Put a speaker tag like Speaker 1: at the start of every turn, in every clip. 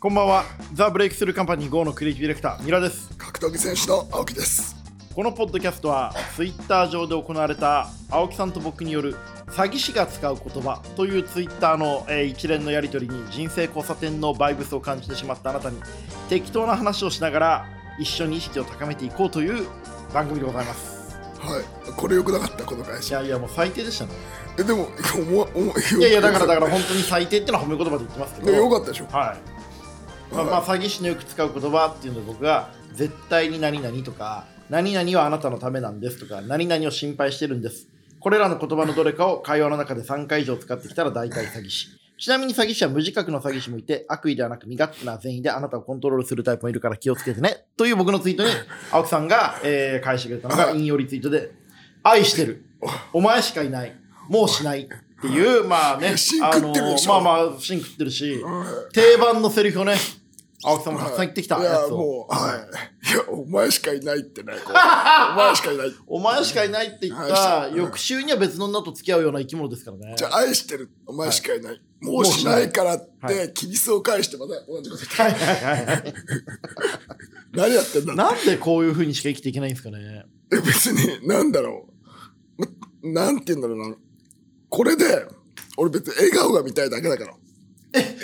Speaker 1: こんばんは。ザ・ブレイクスルーカンパニー GO のクリエイティブディレクター、ミラです。
Speaker 2: 格闘技選手の青木です
Speaker 1: このポッドキャストは、ツイッター上で行われた青木さんと僕による詐欺師が使う言葉というツイッターの、えー一連のやり取りに人生交差点のバイブスを感じてしまったあなたに適当な話をしながら一緒に意識を高めていこうという番組でございます。
Speaker 2: はいこれよくなかったこの会
Speaker 1: い
Speaker 2: 社
Speaker 1: やいや、もう最低でしたね。
Speaker 2: えでも思わ思
Speaker 1: い
Speaker 2: い
Speaker 1: やいや、だからだから本当に最低ってのは褒め言葉で言ってますけど。
Speaker 2: でもよかったでしょ
Speaker 1: はい。まあ、まあ、詐欺師のよく使う言葉っていうので僕が絶対に何々とか何々はあなたのためなんですとか何々を心配してるんですこれらの言葉のどれかを会話の中で3回以上使ってきたら大体詐欺師ちなみに詐欺師は無自覚の詐欺師もいて悪意ではなく身勝手な善意であなたをコントロールするタイプもいるから気をつけてねという僕のツイートに青木さんが、えー返してくれたのが引用リツイートで「愛してるお前しかいないもうしない」っていうまあね
Speaker 2: シン
Speaker 1: あ
Speaker 2: 食
Speaker 1: の
Speaker 2: ってるでしょ
Speaker 1: まあまあシン食ってるし、定番のセリフをね、青木さんもたくさん言ってきた
Speaker 2: い
Speaker 1: や
Speaker 2: や
Speaker 1: つを。
Speaker 2: もうはいいやお前しかいないってねこ うお前しかいない
Speaker 1: お前しかいないって言っ
Speaker 2: は
Speaker 1: た
Speaker 2: い
Speaker 1: 翌週には別の女と付き合うような生き物ですからね。
Speaker 2: じゃあ愛してるお前しかいない、もうしないからってキリスを返してまた同じこと言って、
Speaker 1: はいはいはいはい
Speaker 2: 何やってんだって
Speaker 1: なんでこういう風にしか生きていけないんですかね。
Speaker 2: え別になんだろうまなんて言うんだろうなこれで俺別に笑顔が見たいだけだから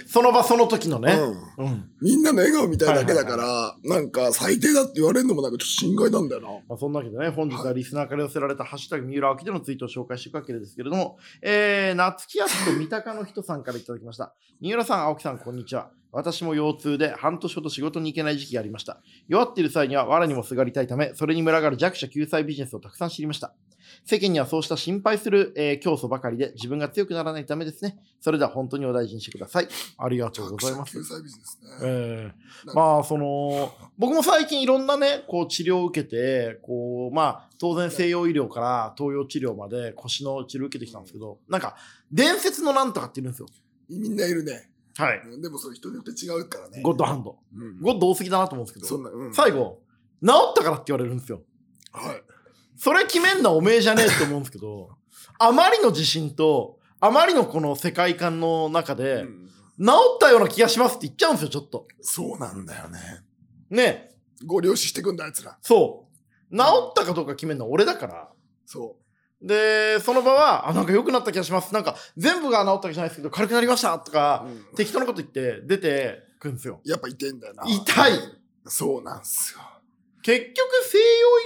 Speaker 1: その場その時のね。うん。
Speaker 2: みんなの笑顔みたいだけだから、なんか最低だって言われるのもなんかちょっと心外なんだよな。
Speaker 1: まあ、そんなわけでね、本日はリスナーから寄せられたハッシュタグ三浦明でのツイートを紹介していくわけですけれども、えー、夏木康と三鷹の人さんからいただきました。三浦さん、青木さん、こんにちは。私も腰痛で半年ほど仕事に行けない時期がありました。弱っている際には藁にもすがりたいため、それに群がる弱者救済ビジネスをたくさん知りました。世間にはそうした心配する、えー競争ばかりで自分が強くならないためですね。それでは本当にお大事にしてください。ありがとうございます。
Speaker 2: 救済ビジネスね。
Speaker 1: ええまあその僕も最近いろんなねこう治療を受けてこうまあ当然西洋医療から東洋治療まで腰の治療を受けてきたんですけどなんか伝説のなんとかっているんですよ
Speaker 2: みんないるね。
Speaker 1: はい
Speaker 2: うんでもそれ人によって違うからね。
Speaker 1: ゴッドハンド
Speaker 2: うん
Speaker 1: ゴッド多すぎだなと思うんですけ
Speaker 2: そん
Speaker 1: ど
Speaker 2: な、うん。
Speaker 1: 最後治ったからって言われるんですよ
Speaker 2: はい。
Speaker 1: それ決めんのはおめえじゃねえって思うんですけどあまりの自信とあまりのこの世界観の中で
Speaker 2: うん
Speaker 1: 治ったような気がしますって言っちゃうんですよちょっと
Speaker 2: そうなんだよね。
Speaker 1: ね
Speaker 2: ご了承してくんだ、あいつら。
Speaker 1: そう治ったかどうか決めるのは俺だから
Speaker 2: そ
Speaker 1: で、その場は、あ、なんか良くなった気がします。なんか、全部が治ったわけじゃないですけど、軽くなりましたと
Speaker 2: う。
Speaker 1: か、
Speaker 2: うん
Speaker 1: 適当なこと言って、出てくんですよ。
Speaker 2: やっぱ痛いんだよな。
Speaker 1: 痛い
Speaker 2: そうなんすよ。
Speaker 1: 結局、西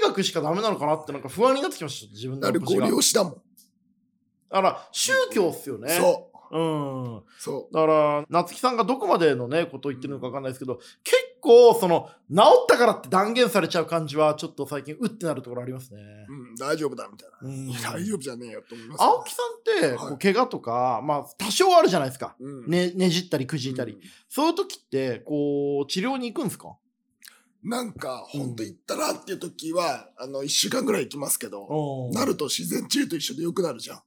Speaker 1: 洋医学しかダメなのかなって、なんか不安になってきました、自分
Speaker 2: だ
Speaker 1: の
Speaker 2: る
Speaker 1: 腰
Speaker 2: ご
Speaker 1: が。
Speaker 2: 了承だもん。
Speaker 1: だから、宗教っすよね。。
Speaker 2: そう
Speaker 1: うん。
Speaker 2: う。そ
Speaker 1: だから、夏木さんがどこまでのね、ことを言ってるのかわかんないですけど、結構、その、治ったからって断言されちゃう感じは、ちょっと最近、うってなるところありますね
Speaker 2: う。。うん、大丈夫だ、みたいな。
Speaker 1: うん
Speaker 2: いや大丈夫じゃねえよと思いますよ。
Speaker 1: 青木さんって、こ
Speaker 2: は
Speaker 1: う
Speaker 2: い
Speaker 1: 怪我とか、まあ、多少あるじゃないですか。
Speaker 2: うん、
Speaker 1: ねねじったりくじいたり、
Speaker 2: うん
Speaker 1: そういう時ってこう治療に行くんですか
Speaker 2: なんか、ほんと行ったらっていう時は、あの、一週間ぐらい行きますけど、なると自然治癒と一緒で良くなるじゃん。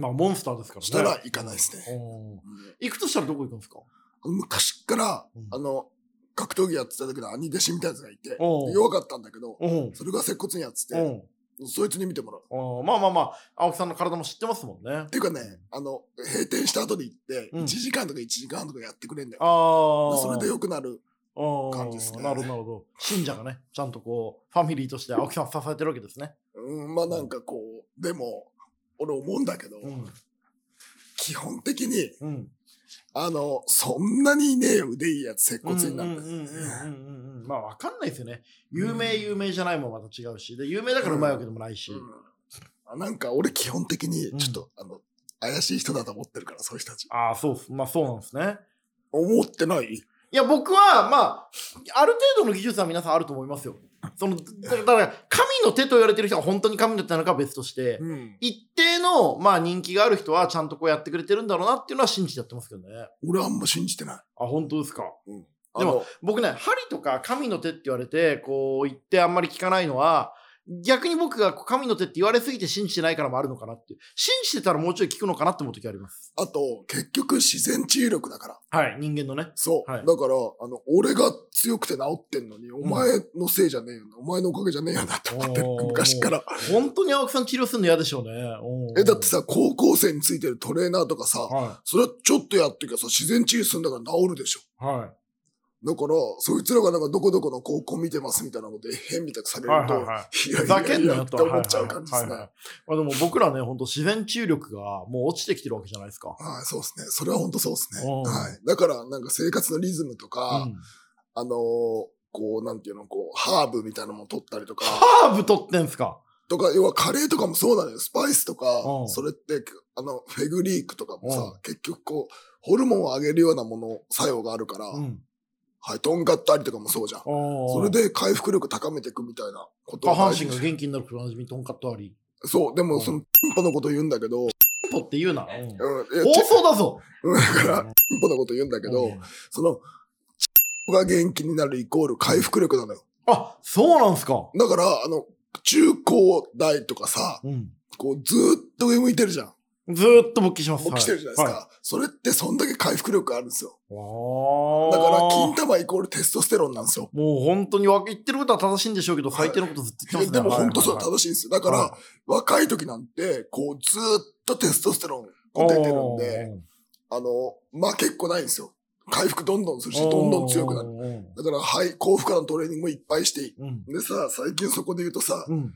Speaker 1: まあモンスターですからね
Speaker 2: したら行かないですね。
Speaker 1: うん
Speaker 2: うん
Speaker 1: 行くとしたらどこ行くんですか
Speaker 2: 昔から
Speaker 1: うん、
Speaker 2: あの、格闘技やってた時の兄弟子みたいなやつがいて、
Speaker 1: おう
Speaker 2: 弱かったんだけど、
Speaker 1: うん
Speaker 2: それが接骨院やって
Speaker 1: う
Speaker 2: て、
Speaker 1: ん
Speaker 2: そいつに見てもらう。っ
Speaker 1: うんまあまあまあ青木さんの体も知ってますもんね
Speaker 2: ていうかね、あの、閉店した後に行って、
Speaker 1: うん
Speaker 2: 1時間とか1時間半とかやってくれんだよ。
Speaker 1: ああ
Speaker 2: それで良くなる。
Speaker 1: 感
Speaker 2: 感じですね
Speaker 1: なるほどなるほど信者がねちゃんとこうファミリーとして青木さんを支えてるわけですね、
Speaker 2: うん、まあなんかこう、でも、俺思うんだけど、
Speaker 1: うん
Speaker 2: 基本的に、
Speaker 1: うん、
Speaker 2: あの、そんなにいねえよ、腕いいやつ、接
Speaker 1: うん
Speaker 2: 骨院
Speaker 1: う
Speaker 2: なん
Speaker 1: うんん
Speaker 2: て。
Speaker 1: うんうんうんまあわかんないですよね有名有名じゃないもまた違うしで有名だからうまいわけでもないし、
Speaker 2: うんあなんか俺基本的にちょっと、あの怪しい人だと思ってるからそういう人たち
Speaker 1: ああそうっすまあそうなんですね
Speaker 2: 思ってない
Speaker 1: いや、僕は、まあ、ある程度の技術は皆さんあると思いますよ。その、だだから、神の手と言われてる人が本当に神の手なのかは別として、
Speaker 2: うん
Speaker 1: 一定の、まあ、人気がある人はちゃんとこうやってくれてるんだろうなっていうのは信じてやってますけどね。
Speaker 2: 俺はあんま信じてない
Speaker 1: あ、本当ですか。
Speaker 2: あの
Speaker 1: 僕ね、針とか神の手って言われて、こう言ってあんまり聞かないのは、逆に僕がこう神の手って言われすぎて信じてないからもあるのかなっていう。信じてたらもうちょい聞くのかなって思う時あります。
Speaker 2: あと結局自然治癒力だから
Speaker 1: はい。人間のね。
Speaker 2: そう、
Speaker 1: はい
Speaker 2: だからあの俺が強くて治ってんのにお前のせいじゃねえよな、お前のおかげじゃねえよなって思ってる
Speaker 1: おー
Speaker 2: 昔から
Speaker 1: 本当に青木さん治療するの嫌でしょうね。おー
Speaker 2: えだって、さ高校生についてるトレーナーとかさ
Speaker 1: は
Speaker 2: それはちょっとやってきゃさ自然治癒するんだから治るでしょ
Speaker 1: い。はい。
Speaker 2: だから、そいつらがなんかどこどこの高校見てますみたいなことで変みたくされると、
Speaker 3: はいはいはい
Speaker 2: や
Speaker 1: ふ
Speaker 2: いや
Speaker 1: ざ
Speaker 2: い
Speaker 1: け
Speaker 2: や
Speaker 1: ん
Speaker 2: い
Speaker 1: な
Speaker 2: や
Speaker 1: よ
Speaker 2: っ
Speaker 1: と
Speaker 2: て思っちゃう感じですね。
Speaker 3: はいはいは
Speaker 2: は
Speaker 3: い
Speaker 1: まあでも僕らね、本当自然治癒力がもう落ちてきてるわけじゃないですか。
Speaker 2: そうですね。それは本当そうですね。
Speaker 1: うん
Speaker 2: はい。だから、なんか生活のリズムとか、
Speaker 1: うん
Speaker 2: あのーこう、なんていうの、こう、ハーブみたいなのも取った りとか、
Speaker 1: ハーブ取ってんすか
Speaker 2: とか、要はカレーとかもそうなのよ。スパイスとか
Speaker 1: う、ん
Speaker 2: それって、あの、フェグリークとかも
Speaker 1: う
Speaker 2: さ、結局こう、ホルモンを上げるようなもの、作用があるから、
Speaker 1: ん。
Speaker 2: はい、とんがったりとかもそうじゃん。そ
Speaker 1: そ
Speaker 2: れ、で回復力高めていくみたいなこと
Speaker 1: 下
Speaker 2: は
Speaker 1: 半
Speaker 2: 大事
Speaker 1: 身が元気になるからおなじみ、トンカットあり。
Speaker 2: そう、で
Speaker 1: うん
Speaker 2: もその、テンポのこと言うんだけど、
Speaker 1: ポって言うな。
Speaker 2: う
Speaker 1: うん
Speaker 2: ん、いや
Speaker 1: 多そうだぞ
Speaker 2: うんだから、テンポのこと言うんだけ
Speaker 1: う
Speaker 2: ど
Speaker 1: ん、
Speaker 2: その、 チンポが元気になるイコール回復力なのよ。
Speaker 1: あ、そうなんすか
Speaker 2: だから、あの、中高大とかさ、
Speaker 1: うん。
Speaker 2: こう、ずーっと上向いてるじゃん。
Speaker 1: ずーっと勃起します。
Speaker 2: 起きてるじゃないですか。
Speaker 1: は
Speaker 2: それってそんだけ回復力があるんですよ。
Speaker 1: い。
Speaker 2: だ
Speaker 1: は
Speaker 2: か
Speaker 1: いわ
Speaker 2: ら、
Speaker 1: ー
Speaker 2: 金玉イコールテストステロンなんですよ。
Speaker 1: もう本当にわ言ってることは正しいんでしょうけど、最低のことずっと言って
Speaker 2: で
Speaker 1: ますね。
Speaker 2: も本当
Speaker 1: はい
Speaker 2: そ
Speaker 1: は
Speaker 2: う
Speaker 1: いはい
Speaker 2: 正しいんですよ。だから、
Speaker 1: は
Speaker 2: 若い時なんて、こう、ずーっとテストステロンが出てるんで、あの、負けっこないんですよ。回復どんどんするし、
Speaker 1: おー
Speaker 2: どんどん強くなる。。
Speaker 1: うん
Speaker 2: だから、はい、高負荷のトレーニングもいっぱいしていい。
Speaker 1: うん。
Speaker 2: でさ、最近そこで言うとさ、
Speaker 1: うん。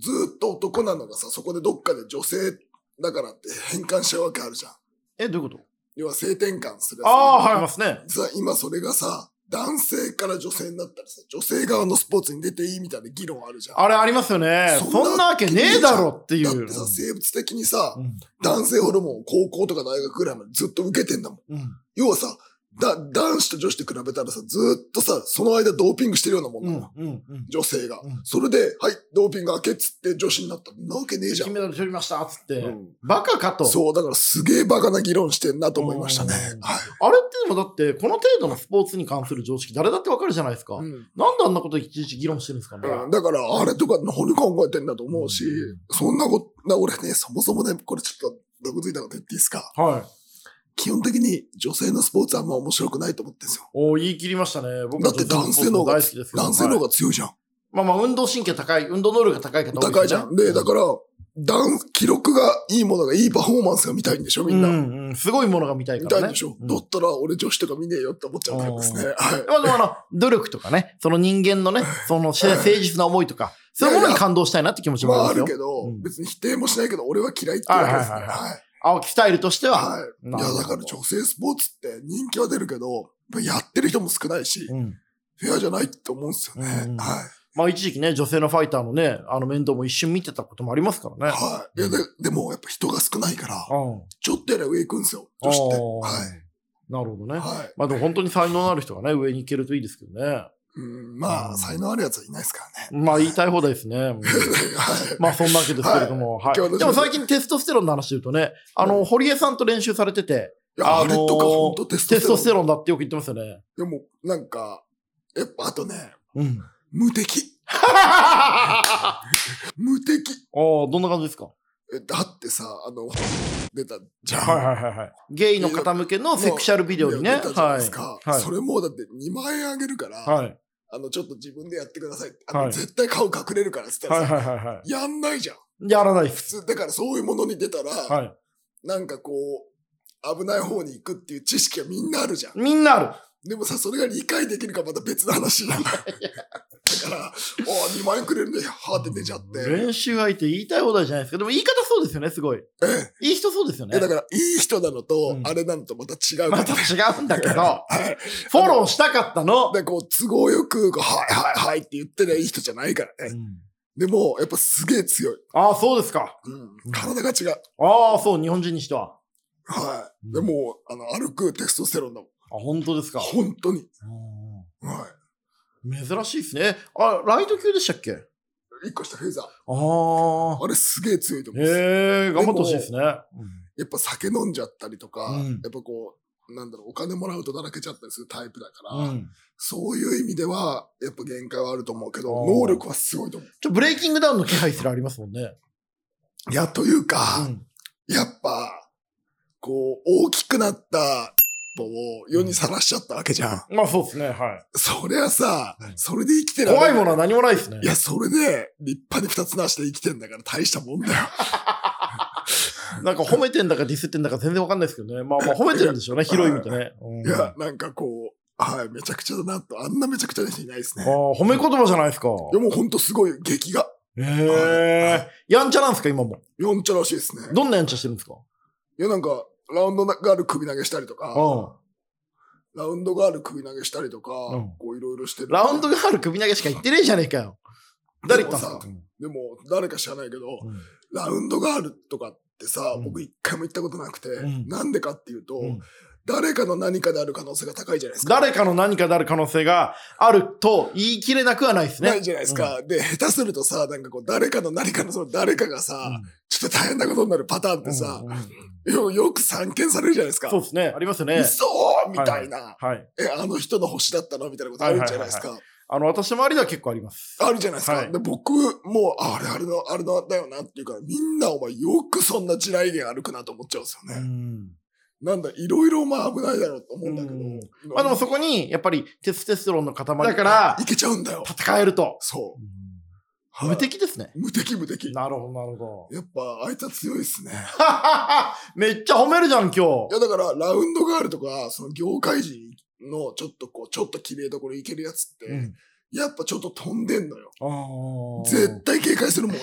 Speaker 2: ずーっと男なのがさ、そこでどっかで女性だからって変換しちゃうわけあるじゃん。
Speaker 1: え、どういうこと
Speaker 2: 要は性転換するやつ。
Speaker 1: ああー、はい。ますね。
Speaker 2: 実は今それがさ、男性から女性になったらさ、女性側のスポーツに出ていいみたいな議論あるじゃん。
Speaker 1: あれありますよね。
Speaker 2: そんな
Speaker 1: そんなわけねえだろってい
Speaker 2: だっ
Speaker 1: う
Speaker 2: て。さ、生物的にさ
Speaker 1: う、ん
Speaker 2: 男性ホルモンを高校とか大学ぐらいまでずっと受けてんだもん。
Speaker 1: うん
Speaker 2: 要はさ、だ、男子と女子と比べたらさ、ずーっとさ、その間ドーピングしてるようなもん
Speaker 1: う
Speaker 2: なの
Speaker 1: ん
Speaker 2: よ。
Speaker 1: うんうん。
Speaker 2: 女性が、
Speaker 1: うん
Speaker 2: それで、はい、ドーピング開けっつって女子になった。んなわけねえじゃ
Speaker 1: 金
Speaker 2: ん。
Speaker 1: メダル取りましたっつって、
Speaker 2: うん
Speaker 1: バカかと。
Speaker 2: そう、だからすげえバカな議論してんなと思いましたね
Speaker 1: う。ん
Speaker 2: はい。
Speaker 1: あれってでもだって、この程度のスポーツに関する常識、誰だってわかるじゃないですか。
Speaker 2: うん
Speaker 1: なんであんなこといちいち議論してるんですかね。
Speaker 2: うんだから、あれとか何考えてんだと思うし、
Speaker 1: うん
Speaker 2: そんなこと、な俺ね、そもそもね、これちょっと、毒づいたこと言っていいですか
Speaker 1: はい。
Speaker 2: 基本的に女性のスポーツはあんま面白くないと思ってんですよ。
Speaker 1: おー言い切りましたね。僕
Speaker 2: だって男性の方が
Speaker 1: 女スポーツ大好きですけど
Speaker 2: 男性の方
Speaker 1: はい
Speaker 2: が強いじゃん。
Speaker 1: まあまあ、運動神経高い、運動能力が高い方多い
Speaker 2: 高いじゃん。で、だ
Speaker 1: ら、
Speaker 2: から、男、記録がいいものがいいパフォーマンスが見たいんでしょ、みんな。
Speaker 1: うんうん、すごいものが見たい
Speaker 2: 見
Speaker 1: から
Speaker 2: た
Speaker 1: ね。
Speaker 2: いんでしょ、
Speaker 1: うん
Speaker 2: だったら俺女子とか見ねえよって思っちゃうタイプですね。はい。
Speaker 1: まあでもあの、努力とかね、その人間のね、そのせ誠実な思いとか、そういうものに感動したいなって気持ち
Speaker 2: ま
Speaker 1: も
Speaker 2: あ
Speaker 1: あ
Speaker 2: あ
Speaker 1: り
Speaker 2: る
Speaker 1: ます
Speaker 2: け
Speaker 1: よ。
Speaker 2: ど、
Speaker 1: うん
Speaker 2: 別に否定もしないけど、俺は嫌いってわけですね。
Speaker 1: はいはいはい
Speaker 2: はい
Speaker 1: 青木スタイルとしては。
Speaker 2: はい。い
Speaker 1: なるほ
Speaker 2: や、
Speaker 1: ど
Speaker 2: だから女性スポーツって人気は出るけど、やってる人も少ないし、
Speaker 1: うん
Speaker 2: フェアじゃないって思うんですよね。
Speaker 1: うんうん
Speaker 2: はい。
Speaker 1: まあ一時期ね、女性のファイターのね、あの面倒も一瞬見てたこともありますからね。
Speaker 2: はい。いやででも、やっぱ人が少ないから、
Speaker 1: うん。
Speaker 2: ちょっとやりゃ上行くんですよ、女子って。
Speaker 1: あー
Speaker 2: はい。
Speaker 1: なるほどね。
Speaker 2: はい。
Speaker 1: まあでも本当に才能のある人がね、上に行けるといいですけどね。
Speaker 2: うん、
Speaker 1: う
Speaker 2: ま
Speaker 1: ん
Speaker 2: あ、才能あるやつはいないで すからね。
Speaker 1: まあ言いたい放題ですね。 うん
Speaker 2: はい。
Speaker 1: まあそんなわけですけれども。はい
Speaker 2: 今日の
Speaker 1: でも最近テストステロンの話で言うとね、あの、堀江さんと練習されてて、
Speaker 2: いや、
Speaker 1: あの
Speaker 2: あ
Speaker 1: ー
Speaker 2: れとか本当テス
Speaker 1: テスト
Speaker 2: ト
Speaker 1: ス
Speaker 2: ス
Speaker 1: テ
Speaker 2: テロン。
Speaker 1: ロンだってよく言ってますよね。
Speaker 2: でも、なんか、やっぱあとね、
Speaker 1: うん。
Speaker 2: 無敵。無敵。
Speaker 1: ああ、どんな感じですか
Speaker 2: えだってさ、あの、出たじゃん。
Speaker 1: はいはいはい。ゲイの方向けのセクシャルビデオにね。
Speaker 2: 出たじゃない
Speaker 1: は
Speaker 2: ですか。
Speaker 1: い。
Speaker 2: それもうだって2万円あげるから、
Speaker 1: はい。
Speaker 2: あの、ちょっと自分でやってくださいって。あの、
Speaker 1: はい
Speaker 2: 絶対顔隠れるからっつったら
Speaker 3: は
Speaker 2: さ、
Speaker 3: いはいはいはい。
Speaker 2: やんないじゃん。
Speaker 1: やらないっ
Speaker 2: 普
Speaker 1: す。
Speaker 2: 通、だからそういうものに出たら、
Speaker 1: はい。
Speaker 2: なんかこう、危ない方に行くっていう知識はみんなあるじゃん。
Speaker 1: みんなある。
Speaker 2: でもさ、それが理解できるかまた別の話じゃん。だから、お2万円くれるね、はーって出ちゃって。
Speaker 1: 練習相手言いたい放題じゃないですか。でも言い方そうですよね、すごい。
Speaker 2: え
Speaker 1: いい人そうですよ
Speaker 2: え、
Speaker 1: ね
Speaker 2: だ。から、いい人なのと、
Speaker 1: うん
Speaker 2: あれなのとまた違う
Speaker 1: ま
Speaker 2: から
Speaker 1: た違うんだけ ど、
Speaker 2: はい。
Speaker 1: フォローしたかったの。
Speaker 2: で、こう、都合よく、こうはいはいはいって言ってりゃいい人じゃないからね。でも、やっぱすげえ強い。
Speaker 1: ああ、そうですか。
Speaker 2: うん。体が違う。
Speaker 1: ああ、そう、日本人にしては。
Speaker 2: はい。でも、あの、歩くテストステロンだもん。
Speaker 1: あ、本当ですか。
Speaker 2: 本当に。
Speaker 1: う
Speaker 2: は
Speaker 1: ん珍しいですね。あ、ライト級でしたっけ
Speaker 2: い。一個したフェザー。
Speaker 1: ああ。
Speaker 2: あれすげえ強いと思うんですよ
Speaker 1: へえ、頑張ってほしいですね。
Speaker 2: やっぱ酒飲んじゃったりとか、
Speaker 1: うん
Speaker 2: やっぱこう、なんだろう、お金もらうとだらけちゃったりするタイプだから、
Speaker 1: うん。
Speaker 2: そういう意味では、やっぱ限界はあると思うけど、
Speaker 1: あー
Speaker 2: 能力はすごいと思
Speaker 1: ちょ、ブレイキングダウンの気配すらありますもんね。
Speaker 2: う。いや、というか、
Speaker 1: ん。
Speaker 2: やっぱ、こう、大きくなった、を世にさらしちゃったわけじゃん。
Speaker 1: まあそうですね、はい。
Speaker 2: そりゃさ
Speaker 1: うん、
Speaker 2: それで生きてられ
Speaker 1: 怖いものは何もないですね
Speaker 2: い。や、それで、立派に二つなしで生きてんだから大したもんだよ。
Speaker 1: なんか褒 めてんだかディスってんだか全然わかんないですけどね。まあまあ褒めてるんでしょうね、広い意味でね。うん
Speaker 2: いや、なんかこう、はい、めちゃくちゃだなと。あんなめちゃくちゃな人いないです
Speaker 1: あ
Speaker 2: ね。
Speaker 1: ー褒め言葉じゃないですか。
Speaker 2: でもほんとすごい、劇が。
Speaker 1: え
Speaker 2: は
Speaker 1: えやんちゃなんですか、今も。
Speaker 2: やんちゃらしいですね。
Speaker 1: どんなやんちゃしてるんですか
Speaker 2: いや、なんか、ラウンドガール首投げしたりと
Speaker 1: う
Speaker 2: か、
Speaker 1: ん。
Speaker 2: ラウンドガール首投げしたりとか
Speaker 1: うん、
Speaker 2: こういろいろしてる。
Speaker 1: ラウンドガール首投げしか言ってねえじゃねえかよ。誰言ったんすか
Speaker 2: ででも、誰か知らないけど、
Speaker 1: うん
Speaker 2: ラウンドガールとかってさ
Speaker 1: う、ん
Speaker 2: 僕一回も行ったことなくて
Speaker 1: うん、
Speaker 2: なんでかっていうと
Speaker 1: うん、
Speaker 2: 誰かの何かである可能性が高いじゃないですか。
Speaker 1: 誰かの何かである可能性があると言い切れなくはないですね。
Speaker 2: ないじゃないですか。で、下手するとさ、なんかこう、誰かの何かの、その誰かがさ、ちょっと大変なことになるパターンっ
Speaker 1: う
Speaker 2: て
Speaker 1: ん
Speaker 2: さ
Speaker 1: う、んうん
Speaker 2: よよく散見されるじゃないですか。
Speaker 1: そうですね。ありますよね。
Speaker 2: 嘘みたいな。
Speaker 1: はい。
Speaker 2: え、あの人の星だったのみたいなことあるじゃないですか。
Speaker 1: あの、私の周りでは結構あります。
Speaker 2: あるじゃないですか。
Speaker 1: はい
Speaker 2: で僕、もう、ああれ、あれの、あれのだよなっていうから、みんなお前よくそんな地雷源歩くなと思っちゃうんですよ
Speaker 1: う
Speaker 2: ね。
Speaker 1: ん
Speaker 2: なんだ、いろいろまあ危ないだろうと思うんだけ
Speaker 1: うん
Speaker 2: ど。
Speaker 1: まあでもそ
Speaker 2: こ、
Speaker 1: こに、やっぱりテステステロンの塊だから
Speaker 2: い、けちゃうんだよ。
Speaker 1: 戦えると。
Speaker 2: そう。はい
Speaker 1: 無敵ですね。
Speaker 2: 無敵無敵。
Speaker 1: なるほど、なるほ
Speaker 2: やっぱ、あいつは強いっすね。
Speaker 1: ど。 めっちゃ褒めるじゃん、今日
Speaker 2: い。や、だから、ラウンドガールとか、その業界人のちょっとこう、ちょっと綺麗どころいけるやつって、
Speaker 1: うん
Speaker 2: やっぱちょっと飛んでんのよ。
Speaker 1: あー
Speaker 2: 絶対警戒するもん、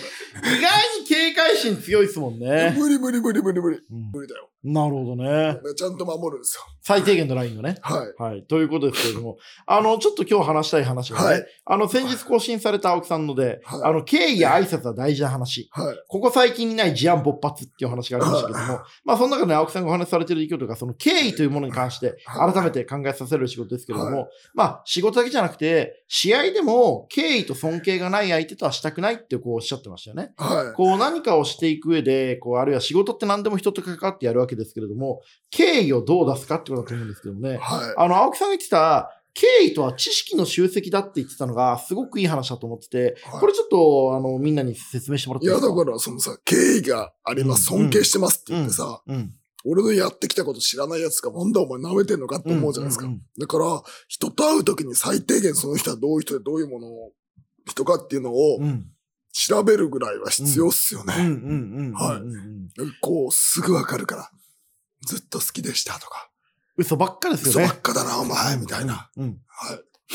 Speaker 1: 意外に警戒心強いですもん
Speaker 2: 俺。
Speaker 1: ね。
Speaker 2: 無理無理無理無理無理。
Speaker 1: うん
Speaker 2: 無理だよ。
Speaker 1: なるほどね。
Speaker 2: ちゃんと守るんです
Speaker 1: 最低限のラインをね。
Speaker 2: よ。はい。
Speaker 1: はい。ということですけれども、 あの、ちょっと今日話したい話がね、
Speaker 2: はい
Speaker 1: あの、先日更新された青木さんので、
Speaker 2: はい
Speaker 1: あの、敬意や挨拶は大事な話。
Speaker 2: はい。
Speaker 1: ここ最近にない事案勃発っていう話がありましたけども、まあ、その中で青木さんがお話しされている影響というか、その敬意というものに関して、
Speaker 2: はい
Speaker 1: 改めて考えさせる仕事ですけれども、
Speaker 2: は
Speaker 1: まあ、仕事だけじゃなくて、試合でも敬意と尊敬がない相手とはしたくないってこうおっしゃってましたよね。
Speaker 2: はい。
Speaker 1: こう何かをしていく上で、こうあるいは仕事って何でも人と関わってやるわけですけれども、敬意をどう出すかってことだと思うんですけどもね。
Speaker 2: は
Speaker 1: あの、青木さんが言ってた、敬意とは知識の集積だって言ってたのが、すごくいい話だと思ってて、
Speaker 2: い。
Speaker 1: これちょっと、あの、みんなに説明してもらって
Speaker 2: い
Speaker 1: いい
Speaker 2: や、
Speaker 1: ですか
Speaker 2: だから、そのさ、敬意があります、
Speaker 1: うんうん
Speaker 2: 尊敬してますって言ってさ、
Speaker 1: うん。
Speaker 2: 俺のやってきたこと知らない奴が、なんだお前舐めてんのかって思うじゃないですか。
Speaker 1: んん
Speaker 2: だから、人と会うときに最低限その人はどういう人でどういうものを、人かっていうのを
Speaker 1: うん。うん。
Speaker 2: 調べるぐらいは必要っすよね。
Speaker 1: うんうんうん。
Speaker 2: はい
Speaker 1: うんうんうん。
Speaker 2: こう、すぐわかるから。ずっと好きでしたとか。
Speaker 1: 嘘ばっかです
Speaker 2: 嘘
Speaker 1: よ
Speaker 2: ば
Speaker 1: ね
Speaker 2: っ。かだな、お前みたいな。
Speaker 1: うん。
Speaker 2: はい。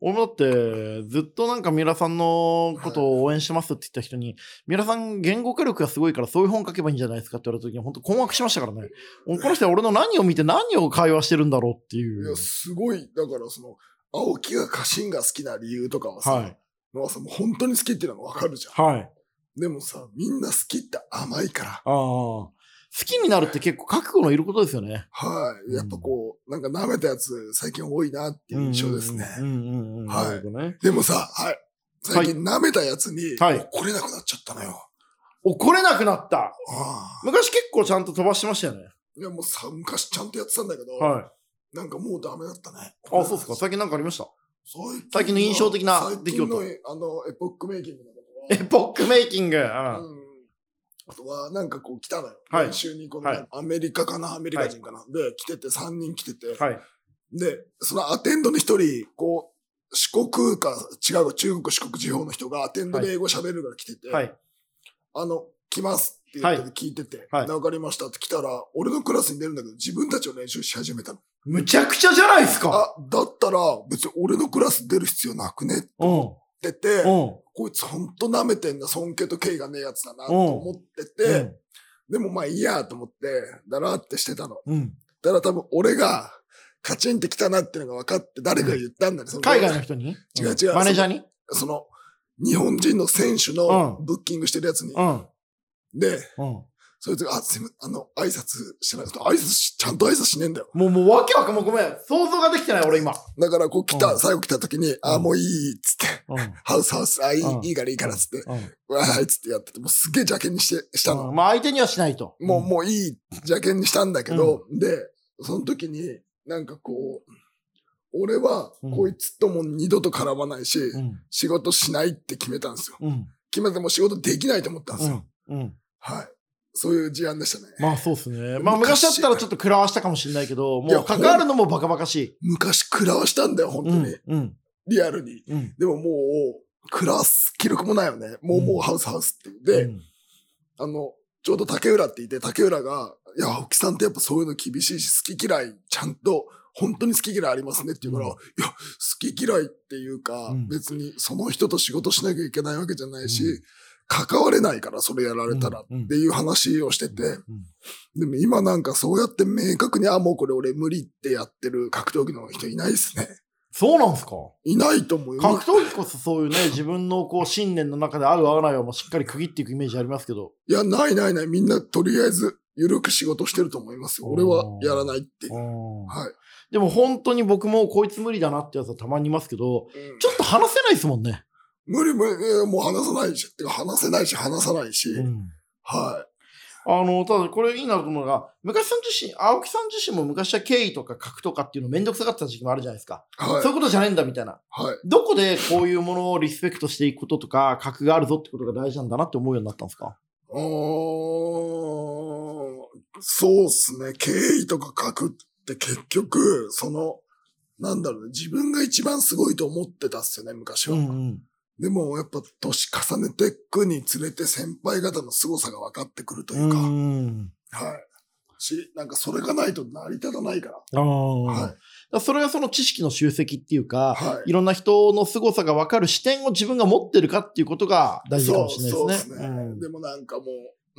Speaker 1: 俺もだって、ずっとなんか三浦さんのことを応援してますって言った人に、三浦さん言語化力がすごいからそういう本書けばいいんじゃないですかって言われた時に本当困惑しましたからね。もうこの人は俺の何を見て何を会話してるんだろうってい
Speaker 2: いうや、。すごい、だからその、青木が家臣が好きな理由とかはさ、
Speaker 1: はい。
Speaker 2: まあさ、もう本当に好きっていうのがわかるじゃん。
Speaker 1: はい。
Speaker 2: でもさ、みんな好きって甘いから。
Speaker 1: ああ。好きになるって結構覚悟のいることですよね。
Speaker 2: はい。やっぱこう、なんか舐めたやつ最近多いなっていう印象ですね。
Speaker 1: うんうんうん。
Speaker 2: はい
Speaker 1: なるほどね。
Speaker 2: でもさ、はい。最近舐めたやつに、
Speaker 1: はい
Speaker 2: 怒れなくなっちゃったのよ。
Speaker 1: 怒れなくなった。
Speaker 2: ああ。
Speaker 1: 昔結構ちゃんと飛ばしてましたよね。
Speaker 2: いや、もうさ、昔ちゃんとやってたんだけど、
Speaker 1: はい。
Speaker 2: なんかもうダメだったね。
Speaker 1: あ、そうですか。最近なんかありました
Speaker 2: 最近
Speaker 1: 最近の印象的な出来事
Speaker 2: 最近のあの、エポックメイキングのこと
Speaker 1: エポックメイキング。うん
Speaker 2: は、うん。あとは、なんかこう来たのよ。
Speaker 1: はい
Speaker 2: 練習にこの、
Speaker 1: はい
Speaker 2: アメリカかなアメリカ人かな、で、来てて、3人来てて、
Speaker 1: はい。
Speaker 2: で、そのアテンドの一人、こう、四国か、違う、中国、四国地方の人がアテンドで英語喋るから来てて、
Speaker 1: はい。
Speaker 2: あの、来ますって言って
Speaker 1: は
Speaker 2: 聞いてて、
Speaker 1: はい
Speaker 2: わかりましたって来たら、俺のクラスに出るんだけど、自分たちを練習し始めたの。
Speaker 1: むちゃくちゃじゃないですか。
Speaker 2: あ、だったら、別に俺のクラス出る必要なくねって
Speaker 1: うん。
Speaker 2: 言ってて、
Speaker 1: うん。
Speaker 2: こいつほんと舐めてんだ、尊敬と敬意がねえやつだなと思ってて、でもまあいいやと思って、だらってしてたの。
Speaker 1: うん、
Speaker 2: だから多分俺が、カチンってきたなっていうのが分かって誰かが言ったんだね。その
Speaker 1: 海外の人に
Speaker 2: 違う違うん
Speaker 1: マネージャーに
Speaker 2: その、日本人の選手の
Speaker 1: うん
Speaker 2: ブッキングしてるやつに。
Speaker 1: ん。
Speaker 2: で、
Speaker 1: うん。
Speaker 2: そいつが、あ、すいません、あの、挨拶してない。挨拶し、ちゃんと挨拶しねえんだよ。
Speaker 1: もう、もう、わけわかんもうごめん。想像ができてない、俺今。
Speaker 2: だからこう来た、
Speaker 1: うん
Speaker 2: 最後来た時に、あ、もういい、つって、
Speaker 1: うん。
Speaker 2: ハウスハウス、あ、いい、
Speaker 1: うん
Speaker 2: いいからいいから、つって、
Speaker 1: うん。
Speaker 2: わーい、つってやってて、もうすげえ邪険にして、したの。
Speaker 1: まあ、相手にはしないと。
Speaker 2: もう、もういい邪険にしたんだけど、で、その時に、なんかこう、俺は
Speaker 1: うん
Speaker 2: こいつとも二度と絡まないし、
Speaker 1: うん。
Speaker 2: 仕事しないって決めたんですよ。
Speaker 1: うん。
Speaker 2: 決めてもう仕事できないと思ったんです
Speaker 1: う
Speaker 2: よ。
Speaker 1: ん。うん。
Speaker 2: はい。そういう事案でしたね。
Speaker 1: まあ、そうですね。まあ、昔だったらちょっと食らわしたかもしれないけど、
Speaker 2: い
Speaker 1: も
Speaker 2: や
Speaker 1: う、関わるのもバカバカしい。
Speaker 2: 昔食らわしたんだよ、本当
Speaker 1: う
Speaker 2: に。
Speaker 1: ん。うん。
Speaker 2: リアルに。
Speaker 1: うん。
Speaker 2: でももう、食らわす気力もないよね。もう、
Speaker 1: うん
Speaker 2: もうハウスハウスっていう。で、
Speaker 1: うん、
Speaker 2: あの、ちょうど竹浦っていて、竹浦が、いや、青木さんってやっぱそういうの厳しいし、好き嫌い、ちゃんと本当に好き嫌いありますねって言うから、
Speaker 1: うん
Speaker 2: いや、好き嫌いっていうか、
Speaker 1: うん
Speaker 2: 別にその人と仕事しなきゃいけないわけじゃないし、
Speaker 1: うん
Speaker 2: 関われないから、それやられたらっ
Speaker 1: うんうん
Speaker 2: ていう話をしてて、
Speaker 1: うん
Speaker 2: でも今なんかそうやって明確に、あ、もうこれ俺無理ってやってる格闘技の人いないです ね。
Speaker 1: そうなんすか
Speaker 2: いないと思うよ。
Speaker 1: 格闘技こそそういう ね、自分のこう信念の中で合う合わないをもうしっかり区切っていくイメージありますけど。
Speaker 2: いや、ないないない。みんなとりあえず、ゆるく仕事してると思いますよ。俺はやらないっていう。はい。
Speaker 1: でも本当に僕もこいつ無理だなってやつはたまにいますけど、
Speaker 2: うん
Speaker 1: ちょっと話せないですもんね。
Speaker 2: 無理無理、いやもう話さないし、ってか話せないし、話さないし。は
Speaker 1: あの、ただこれいいなと思うのが、昔さん自身、青木さん自身も昔は敬意とか格とかっていうのめんどくさかった時期もあるじゃないですか。
Speaker 2: い。は
Speaker 1: そうい
Speaker 2: い。
Speaker 1: うことじゃないんだみたいな。
Speaker 2: はい。
Speaker 1: どこでこういうものをリスペクトしていくこととか、格があるぞってことが大事なんだなって思うようになったんですか
Speaker 2: うーんそうっすね。敬意とか格って結局、その、なんだろうね。自分が一番すごいと思ってたっすよね、昔は。
Speaker 1: ん。
Speaker 2: でも、やっぱ年重ねてくにつれて先輩方の凄さが分かってくるというか。
Speaker 1: ん。
Speaker 2: はい。し、なんかそれがないと成り立たないから。
Speaker 1: ああ。
Speaker 2: はい。
Speaker 1: だからそれがその知識の集積っていうか、
Speaker 2: はい
Speaker 1: い、ろんな人の凄さが分かる視点を自分が持ってるかっていうことが大事かもしれないですね。
Speaker 2: そうそうっすね
Speaker 1: うん
Speaker 2: でもなんかもう、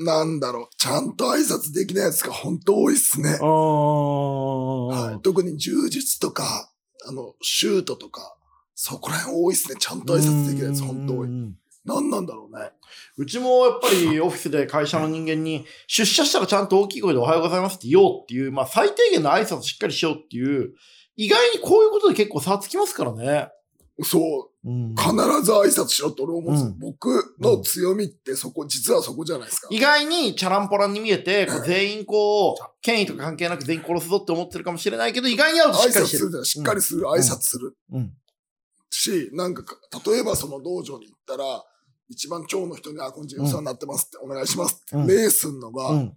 Speaker 2: なんだろう、ちゃんと挨拶できないやつが本当多いっすね。はい、特に柔術とか、あの、シュートとか、そこら辺多いっすね。ちゃんと挨拶できないやつ本当多い。
Speaker 1: うん
Speaker 2: なんなんだろうね。
Speaker 1: うちもやっぱりオフィスで会社の人間に出社したらちゃんと大きい声でおはようございますって言おうっていう、まあ最低限の挨拶をしっかりしようっていう、意外にこういうことで結構差つきますからね。
Speaker 2: そう、
Speaker 1: うん
Speaker 2: 必ず挨拶しろって俺思うんですよ、
Speaker 1: うん
Speaker 2: 僕の強みってそこ、実はそこじゃないですか。
Speaker 1: 意外にチャランポランに見えて、こう全員こう、権威とか関係なく全員殺すぞって思ってるかもしれないけど、意外に会うとし
Speaker 2: 挨
Speaker 1: っか
Speaker 2: 拶
Speaker 1: りして
Speaker 2: す
Speaker 1: る
Speaker 2: る。じゃないしっかりする、挨拶する。
Speaker 1: うん
Speaker 2: し、なんかか、例えばその道場に行ったら、一番長の人に、あ、こんにちは、お世話になってますって、お願いしますって、
Speaker 1: うん
Speaker 2: 礼すんのが、
Speaker 1: うん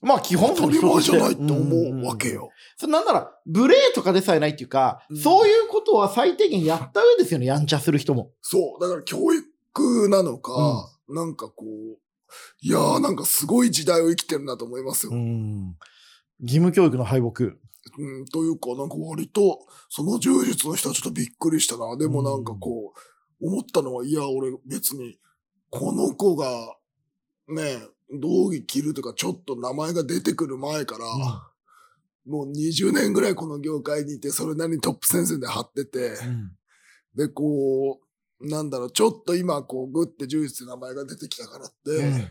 Speaker 1: まあ基本
Speaker 2: 当た
Speaker 1: の
Speaker 2: り
Speaker 1: 人と
Speaker 2: 前
Speaker 1: し
Speaker 2: じ
Speaker 1: て
Speaker 2: ゃないって思うわけ。
Speaker 1: んんん
Speaker 2: よ。
Speaker 1: それなんなら、無礼とかでさえないっていうか、
Speaker 2: うん
Speaker 1: そういうことは最低限やった上ですよね、やんちゃする人も。
Speaker 2: そう、だから教育なのか、なんかこう、いやーなんかすごい時代を生きてるなと思いますよ。うん、
Speaker 1: 義務教育の敗北。
Speaker 2: というか、なんか割と、その柔術の人はちょっとびっくりしたな。でもなんかこう、思ったのは、いや、俺別に、この子が、ね、道着着るとか、ちょっと名前が出てくる前から、もう20年ぐらいこの業界にいて、それなりにトップ戦線で張ってて、で、こう、なんだろう、ちょっと今、こう、グって柔術って名前が出てきたからって、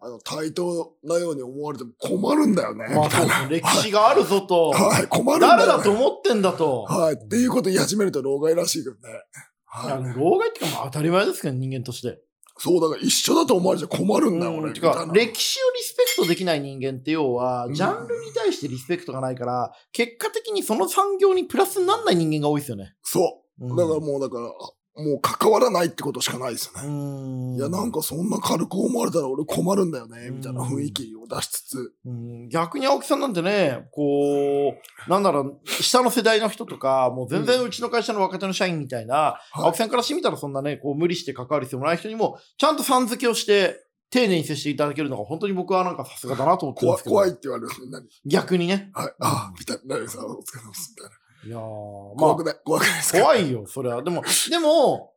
Speaker 2: あの、対等なように思われても困るんだよね。
Speaker 1: まあ
Speaker 2: みた
Speaker 1: そ
Speaker 2: いうな
Speaker 1: ですね歴史があるぞと、
Speaker 2: はい、困るんだよ、ね。
Speaker 1: 誰だと思ってんだと。
Speaker 2: はい、っていうこと言い始めると老害らしいけどね。
Speaker 1: いや
Speaker 2: は
Speaker 1: で
Speaker 2: い。
Speaker 1: も老害っていうかまあ当たり前ですけど、人間として。
Speaker 2: そう、だから一緒だと思われちゃ困るんだよ、
Speaker 1: う
Speaker 2: 俺。
Speaker 1: ん
Speaker 2: み
Speaker 1: て
Speaker 2: たい
Speaker 1: か
Speaker 2: な。
Speaker 1: 歴史をリスペクトできない人間って要は
Speaker 2: う、ん
Speaker 1: ジャンルに対してリスペクトがないから、結果的にその産業にプラスにならない人間が多いですよね。
Speaker 2: そう。だからもう、だから、もう関わらないってことしかないですよね。
Speaker 1: うん
Speaker 2: いや、なんかそんな軽く思われたら俺困るんだよね、みたいな雰囲気を出しつつ。
Speaker 1: うん逆に青木さんなんてね、こう、なんだろう、下の世代の人とか、もう全然うちの会社の若手の社員みたいな、
Speaker 2: はい
Speaker 1: 青木さんからしてみたらそんなね、こう無理して関わる必要もない人にも、ちゃんとさん付けをして、丁寧に接していただけるのが本当に僕はなんかさすがだなと思ってるん
Speaker 2: 怖
Speaker 1: で
Speaker 2: い、
Speaker 1: すけど。
Speaker 2: 怖いって言われるんですよ。何
Speaker 1: 逆にね。
Speaker 2: はい。あ、みたいな。何さん、お疲れ様です。みたいな。
Speaker 1: いやーまあ
Speaker 2: 怖、くない、怖くないですか
Speaker 1: 怖いよ、それは。でも、でも、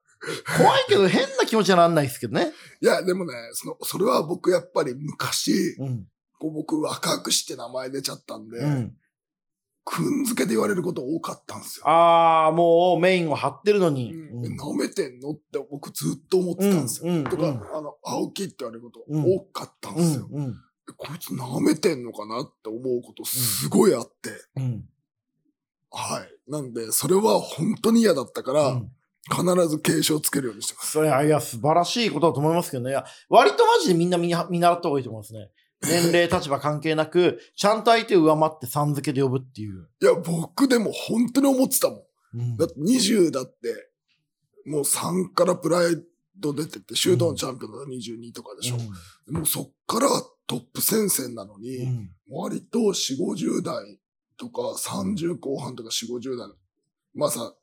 Speaker 1: 怖いけど変な気持ちはなんないですけどね。
Speaker 2: いや、でもね、その、それは僕やっぱり昔、
Speaker 1: うん。
Speaker 2: こう僕若くして名前出ちゃったんで、
Speaker 1: うん。
Speaker 2: くんづけで言われること多かったんですよ。
Speaker 1: あー、もうメインを張ってるの
Speaker 2: う
Speaker 1: に。
Speaker 2: ん、え舐めてんのって僕ずっと思ってたんですよ。
Speaker 1: うん
Speaker 2: と
Speaker 1: うん
Speaker 2: か、あの、青木って言われること
Speaker 1: うん
Speaker 2: 多かったん
Speaker 1: う
Speaker 2: ですよ。
Speaker 1: ん。うん。
Speaker 2: えこいつ舐めてんのかなって思うことすごいあって、
Speaker 1: うん。
Speaker 2: はい。なんで、それは本当に嫌だったから、
Speaker 1: うん
Speaker 2: 必ず警鐘をつけるようにしてます。
Speaker 1: それはいや、素晴らしいことだと思いますけどね。いや、割とマジでみんな見見習った方がいいと思いますね。年齢、立場関係なく、 ちゃんと相手を上回ってさん付けで呼ぶっていう。
Speaker 2: いや、僕でも本当に思ってたもん。
Speaker 1: うん
Speaker 2: だって20だって、もう3からプライド出てって、シュートのチャンピオンが22とかでしょ。もうそっからトップ戦線なのに、
Speaker 1: うん
Speaker 2: 割と4、50代とか30後半とか4、50代の。まあさ、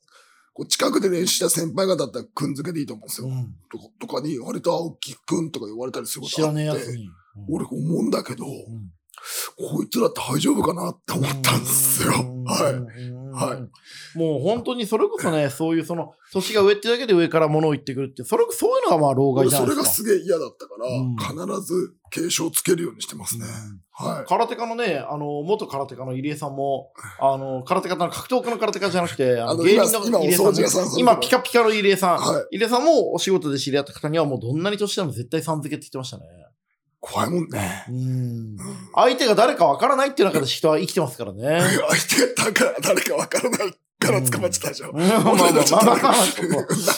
Speaker 2: こう近くで練習した先輩方だったらくんづけでいいと思うんですよ。
Speaker 1: うん
Speaker 2: とかとかに、割と青木くんとか言われたりするこ
Speaker 1: 知
Speaker 2: とあ
Speaker 1: ら
Speaker 2: っ
Speaker 1: ねえやつ
Speaker 2: て、
Speaker 1: に。
Speaker 2: 俺思うんだけど、
Speaker 1: うん
Speaker 2: こいつら大丈夫かなって思ったんですよ。
Speaker 1: うん。
Speaker 2: はいはい
Speaker 1: もう本当にそれこそね、そういうその、年が上ってだけで上から物を言ってくるって、それこそそういうのがまあ、老害
Speaker 2: 俺
Speaker 1: じゃ
Speaker 2: そ
Speaker 1: ない
Speaker 2: れ
Speaker 1: で
Speaker 2: が
Speaker 1: す
Speaker 2: すげえ嫌だったから、
Speaker 1: う
Speaker 2: 必ず警鐘をつけるようにしてますね。は
Speaker 1: か。
Speaker 2: い。
Speaker 1: 空手家のね、あの、元空手家の入江さんも、あの、空手家の格闘家の空手家じゃなくて、あ
Speaker 2: あ
Speaker 1: の
Speaker 2: の
Speaker 1: 芸人の
Speaker 2: 今
Speaker 1: 入江
Speaker 2: 今お掃除屋さん
Speaker 1: さん
Speaker 2: そ
Speaker 1: も、
Speaker 2: う
Speaker 1: 今、ピカピカの入江さん、
Speaker 2: は
Speaker 1: 入江さんもお仕事で知り合った方には、もうどんなに年でも絶対さん付けって言ってましたね。
Speaker 2: 怖いもんね。
Speaker 1: うん
Speaker 2: う。ん
Speaker 1: 相手が誰かわからないっていう中で人は生きてますからね。
Speaker 2: 相手だから誰かわからないから捕まっちゃったでしょ。
Speaker 1: まあまあまあまあまあまあそ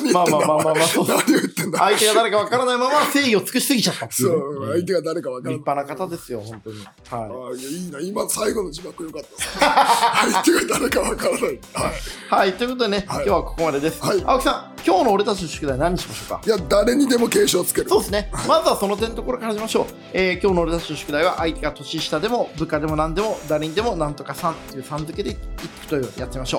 Speaker 1: うまあまあまあまあまあそう
Speaker 2: 何言ってんだお前何言ってんだ
Speaker 1: 相手が誰かわからないまま正義を尽くしすぎちゃったってい
Speaker 2: そう
Speaker 1: ね
Speaker 2: う、相手が誰かわから
Speaker 1: 立
Speaker 2: ない。
Speaker 1: 派な方ですよ、本当に。は。
Speaker 2: ああいやいいな、今最後の字幕よかったです。相手が誰かわからない。はい
Speaker 1: はい、ということでね、今日はここまでです。
Speaker 2: はい
Speaker 1: 青木さん、今日の俺たちの宿題何にしましょうか
Speaker 2: い。いや、誰にでも警鐘をつける。
Speaker 1: そうですね。まずはその点のところから始めましょう。えー今日の俺たちの宿題は、相手が年下でも、部下でも何でも、誰にでも何とかさんというさん付けでいくというやってみましょ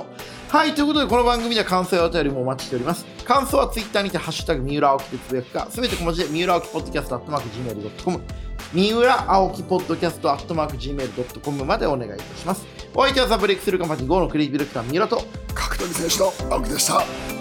Speaker 1: う。はい、ということで、この番組では感想やお便りもお待ちしております。感想は Twitter にて、ハッシュタグ、三浦青木でつぶやくか、すべて小文字で、三浦青木ポッドキャスト、アットマーク、gmail.com。三浦青木ポッドキャスト、アットマーク、gmail.com までお願いいたします。お相手はザブレイクスルーカンパニー GO のクリエイティブディレクター、三浦と、
Speaker 2: 角谷選手の青木でした。